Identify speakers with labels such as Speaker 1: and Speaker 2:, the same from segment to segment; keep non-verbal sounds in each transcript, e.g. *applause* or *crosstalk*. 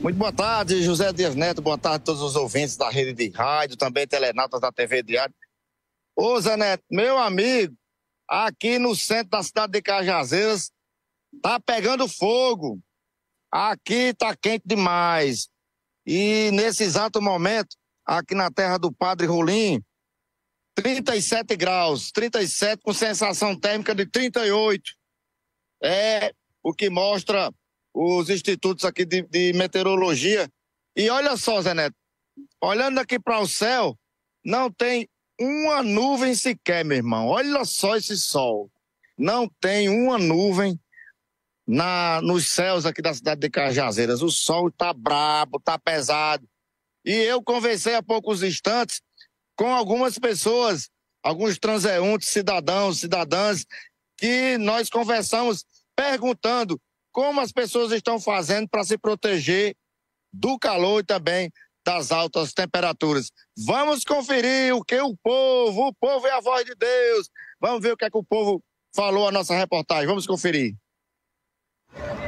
Speaker 1: Muito boa tarde, José Dias Neto. Boa tarde a todos os ouvintes da rede de rádio, também telenautas da TV Diário. Ô, Zé Neto, meu amigo, aqui no centro da cidade de Cajazeiras, tá pegando fogo. Aqui tá quente demais. E nesse exato momento, aqui na terra do Padre Rolim, 37 graus, 37 com sensação térmica de 38. É o que mostra os institutos aqui de, de meteorologia. E olha só, Zé Neto, olhando aqui para o céu, não tem uma nuvem sequer, meu irmão. Olha só esse sol. Não tem uma nuvem na nos céus aqui da cidade de Cajazeiras. O sol tá brabo, tá pesado. E eu conversei há poucos instantes com algumas pessoas, alguns transeuntes, cidadãos, cidadãs, que nós conversamos perguntando como as pessoas estão fazendo para se proteger do calor e também das altas temperaturas. Vamos conferir o que o povo, o povo é a voz de Deus. Vamos ver o que é que o povo falou a nossa reportagem. Vamos conferir.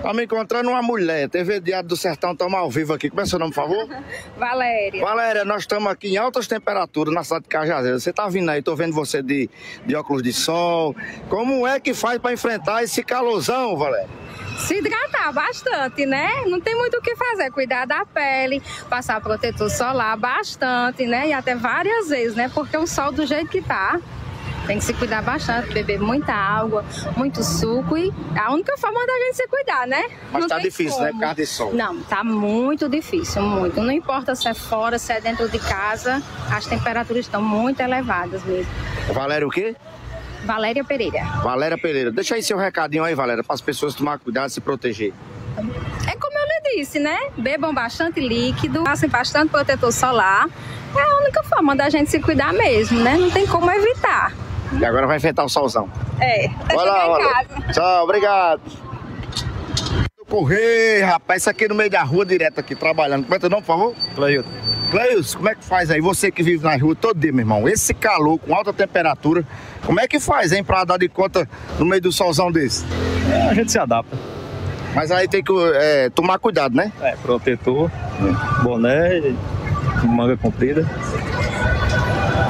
Speaker 1: Tá me encontrando uma mulher, TV Diário do Sertão, estamos ao vivo aqui. Como é seu nome, por favor?
Speaker 2: *laughs* Valéria.
Speaker 1: Valéria, nós estamos aqui em altas temperaturas na cidade de Cajazeiras. Você tá vindo aí, tô vendo você de, de óculos de sol. Como é que faz para enfrentar esse calorzão, Valéria?
Speaker 2: Se hidratar bastante, né? Não tem muito o que fazer. Cuidar da pele, passar protetor solar bastante, né? E até várias vezes, né? Porque o sol, do jeito que tá, tem que se cuidar bastante, beber muita água, muito suco e a única forma da gente se cuidar, né?
Speaker 1: Mas
Speaker 2: Não
Speaker 1: tá
Speaker 2: tem
Speaker 1: difícil,
Speaker 2: como.
Speaker 1: né? Por causa de sol.
Speaker 2: Não, tá muito difícil, muito. Não importa se é fora, se é dentro de casa, as temperaturas estão muito elevadas mesmo.
Speaker 1: Valéria o quê?
Speaker 2: Valéria Pereira.
Speaker 1: Valéria Pereira. Deixa aí seu recadinho aí, Valéria, para as pessoas tomar cuidado, se proteger.
Speaker 2: É como eu lhe disse, né? Bebam bastante líquido, passem bastante protetor solar. É a única forma da gente se cuidar mesmo, né? Não tem como evitar.
Speaker 1: E agora vai enfrentar o solzão.
Speaker 2: É, até
Speaker 1: Vai lá,
Speaker 2: chegar em
Speaker 1: olha.
Speaker 2: casa.
Speaker 1: Tchau, obrigado. Correr, rapaz, isso aqui no meio da rua, direto aqui, trabalhando. Como é teu nome, por favor? Cleilson. Cleilson, como é que faz aí? Você que vive na rua todo dia, meu irmão. Esse calor, com alta temperatura, como é que faz, hein, pra dar de conta no meio do solzão desse?
Speaker 3: É, a gente se adapta.
Speaker 1: Mas aí tem que é, tomar cuidado, né?
Speaker 3: É, protetor, boné, manga comprida.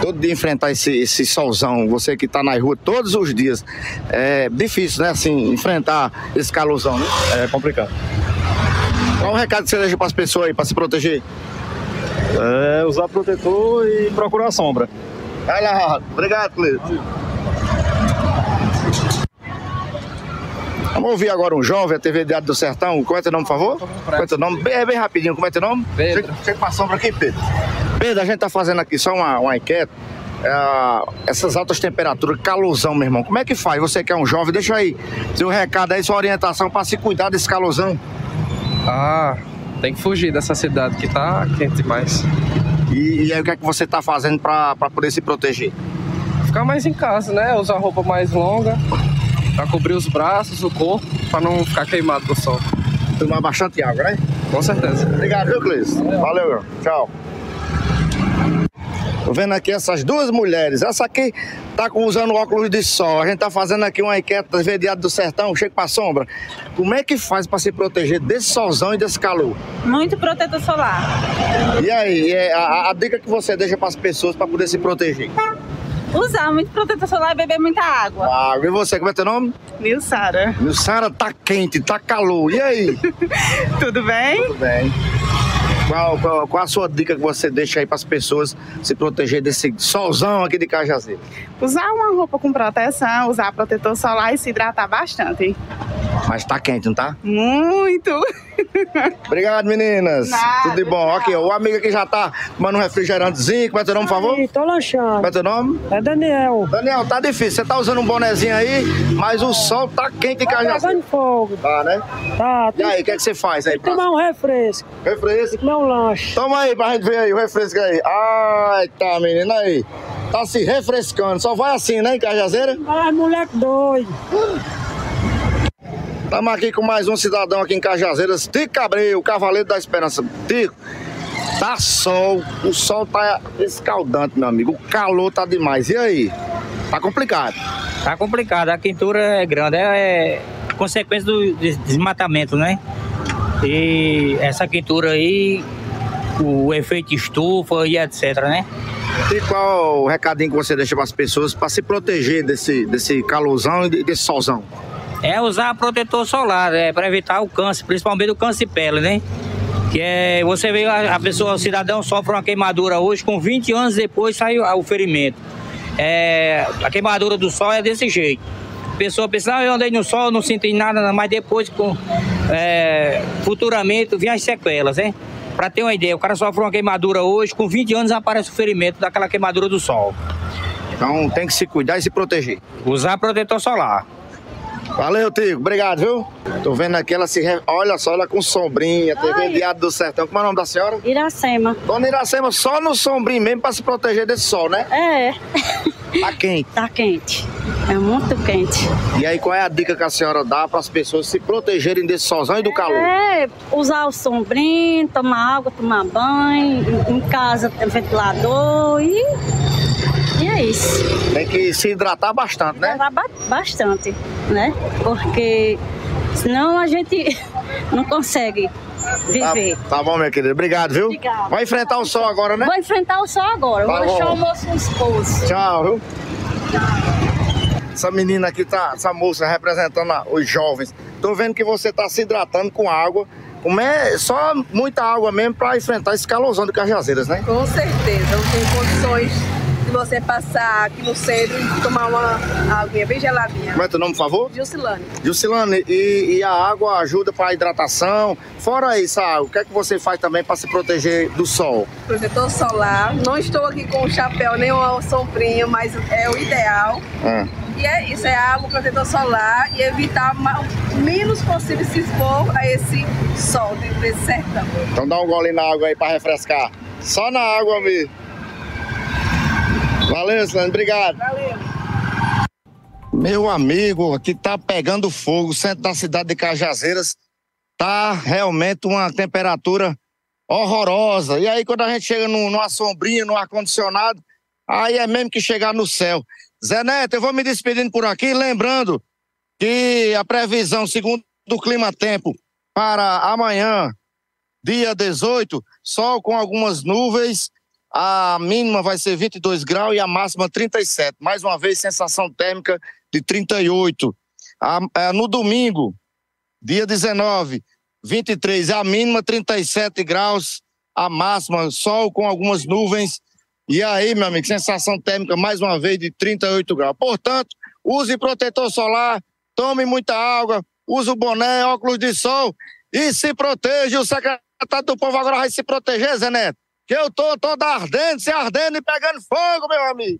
Speaker 1: Todo dia enfrentar esse, esse solzão, você que tá na rua todos os dias. É difícil, né, assim, enfrentar esse calorzão, né?
Speaker 3: É complicado.
Speaker 1: Qual o recado que você deixa para as pessoas aí, para se proteger?
Speaker 3: É usar protetor e procurar sombra.
Speaker 1: Vai lá, obrigado, Cleiton. Vamos ouvir agora um jovem, a TV Diário do Sertão. Como é teu nome, por favor? Como é teu nome? Bem, bem rapidinho, como é teu nome?
Speaker 4: Pedro.
Speaker 1: Chega- Chega pra sombra aqui, Pedro. Pedro, a gente tá fazendo aqui só uma, uma enquete. Ah, essas altas temperaturas, calorzão, meu irmão, como é que faz? Você que é um jovem, deixa aí seu recado aí, sua orientação para se cuidar desse calorzão.
Speaker 4: Ah, tem que fugir dessa cidade que tá quente demais.
Speaker 1: E, e aí, o que é que você tá fazendo para poder se proteger?
Speaker 4: Ficar mais em casa, né? Usar roupa mais longa pra cobrir os braços, o corpo, pra não ficar queimado do sol.
Speaker 1: Tomar bastante água, né?
Speaker 4: Com certeza.
Speaker 1: Obrigado, viu, Cleice? Valeu, meu. Tchau. Tô vendo aqui essas duas mulheres. Essa aqui tá com- usando óculos de sol. A gente tá fazendo aqui uma enquete das Verdeadas do Sertão, chega pra sombra. Como é que faz pra se proteger desse solzão e desse calor?
Speaker 5: Muito protetor solar.
Speaker 1: E aí, é a, a- a dica que você deixa pras pessoas pra poder se proteger?
Speaker 5: Usar muito protetor solar e beber muita água.
Speaker 1: Ah, e você, como é teu nome?
Speaker 5: Viu, Sara?
Speaker 1: Meu Sara, tá quente, tá calor. E aí?
Speaker 5: Tudo bem?
Speaker 1: Tudo bem. Qual, qual, qual a sua dica que você deixa aí pras pessoas se proteger desse solzão aqui de Cajazeiro?
Speaker 5: Usar uma roupa com proteção, usar protetor solar e se hidratar bastante.
Speaker 1: Mas tá quente, não tá?
Speaker 5: Muito!
Speaker 1: Obrigado, meninas.
Speaker 5: Nada,
Speaker 1: Tudo de bom. Aqui, o amigo aqui já tá tomando um refrigerantezinho. Qual é teu nome, por favor?
Speaker 6: Ih, tô lanchando.
Speaker 1: Qual é teu nome?
Speaker 6: É Daniel.
Speaker 1: Daniel, tá difícil. Você tá usando um bonezinho aí, mas o sol tá quente em Cajazeiras.
Speaker 6: Pegando fogo.
Speaker 1: Tá, né?
Speaker 6: Tá,
Speaker 1: E
Speaker 6: tem
Speaker 1: aí, o que, é que você faz aí?
Speaker 6: que tomar um refresco.
Speaker 1: pra- Refresco.
Speaker 6: Comer um lanche.
Speaker 1: Toma aí pra gente ver aí o refresco aí. Ai, tá, menina aí. Tá se refrescando. Só vai assim, né, em Cajazeira?
Speaker 6: Ai, moleque doido.
Speaker 1: Estamos aqui com mais um cidadão aqui em Cajazeiras, Tico Abreu, Cavaleiro da Esperança. Tico, tá sol, o sol tá escaldante, meu amigo, o calor tá demais. E aí? Tá complicado.
Speaker 7: Tá complicado, a quintura é grande, é, é consequência do des- desmatamento, né? E essa quintura aí, o efeito estufa e etc, né?
Speaker 1: E qual o recadinho que você deixa para as pessoas para se proteger desse, desse calorzão e de- desse solzão?
Speaker 7: É usar protetor solar, é para evitar o câncer, principalmente o câncer de pele, né? Que é, você vê a, a pessoa, o cidadão sofre uma queimadura hoje, com 20 anos depois sai o, o ferimento. É, a queimadura do sol é desse jeito. A pessoa pensa, não, eu andei no sol, não senti nada, mas depois, com, é, futuramente, vem as sequelas, né? Pra ter uma ideia, o cara sofre uma queimadura hoje, com 20 anos aparece o ferimento daquela queimadura do sol.
Speaker 1: Então tem que se cuidar e se proteger.
Speaker 7: Usar protetor solar.
Speaker 1: Valeu, Tico. Obrigado, viu? Tô vendo aqui, ela se. re- Olha só, ela com sombrinha, TV Diário do Sertão. Como é o nome da senhora?
Speaker 6: Iracema.
Speaker 1: Dona Iracema, só no sombrinho mesmo pra se proteger desse sol, né?
Speaker 6: É,
Speaker 1: Tá quente.
Speaker 6: tá quente. É muito quente.
Speaker 1: E aí, qual é a dica que a senhora dá para as pessoas se protegerem desse solzão e do calor?
Speaker 6: É, usar o sombrinho, tomar água, tomar banho, em- em casa tem ventilador e, e é isso.
Speaker 1: Tem que se hidratar bastante, né?
Speaker 6: Levar ba- bastante, né? Porque senão a gente *laughs* não consegue
Speaker 1: Tá,
Speaker 6: viver.
Speaker 1: tá bom, minha querida. Obrigado, viu?
Speaker 6: Obrigada.
Speaker 1: Vai enfrentar o sol agora, né?
Speaker 6: Vou enfrentar o sol agora, vou
Speaker 1: Tá bom.
Speaker 6: deixar o almoço nos bolsos.
Speaker 1: Tchau, viu? Essa menina aqui tá, essa moça representando a- os jovens. Tô vendo que você tá se hidratando com água. Como é só muita água mesmo para enfrentar esse calorzão de Cajazeiras, né?
Speaker 8: Com certeza, não tem condições de você passar aqui no centro e tomar uma aguinha bem geladinha.
Speaker 1: Como é teu nome, por favor?
Speaker 8: Gilcilane,
Speaker 1: Jusilane, e, e a água ajuda para hidratação? Fora isso, ah, o que é que você faz também para se proteger do sol?
Speaker 8: protetor solar. Não estou aqui com o chapéu nem uma sombrinha, mas é o ideal.
Speaker 1: Ah.
Speaker 8: E é isso, é água, protetor solar e evitar ma- o menos possível se expor a esse sol dentro desse sertão.
Speaker 1: Então dá um gole na água aí para refrescar. Só na água mesmo. Valeu, Silane, obrigado.
Speaker 8: Valeu!
Speaker 1: Meu amigo, aqui tá pegando fogo, o centro da cidade de Cajazeiras tá realmente uma temperatura horrorosa. E aí quando a gente chega num, numa sombrinha, num ar-condicionado, aí é mesmo que chegar no céu. Zé Neto, eu vou me despedindo por aqui, lembrando que a previsão, segundo o Clima Tempo, para amanhã, dia 18, sol com algumas nuvens, a mínima vai ser 22 graus e a máxima 37. Mais uma vez, sensação térmica de 38. A- é, no domingo, dia 19, 23, a mínima 37 graus, a máxima sol com algumas nuvens. E aí, meu amigo, sensação térmica mais uma vez de 38 graus. Portanto, use protetor solar, tome muita água, use o boné, óculos de sol e se proteja. O secretário Tá, do povo agora vai se proteger, Zé Neto. Que eu tô todo ardendo, se ardendo e pegando fogo, meu amigo.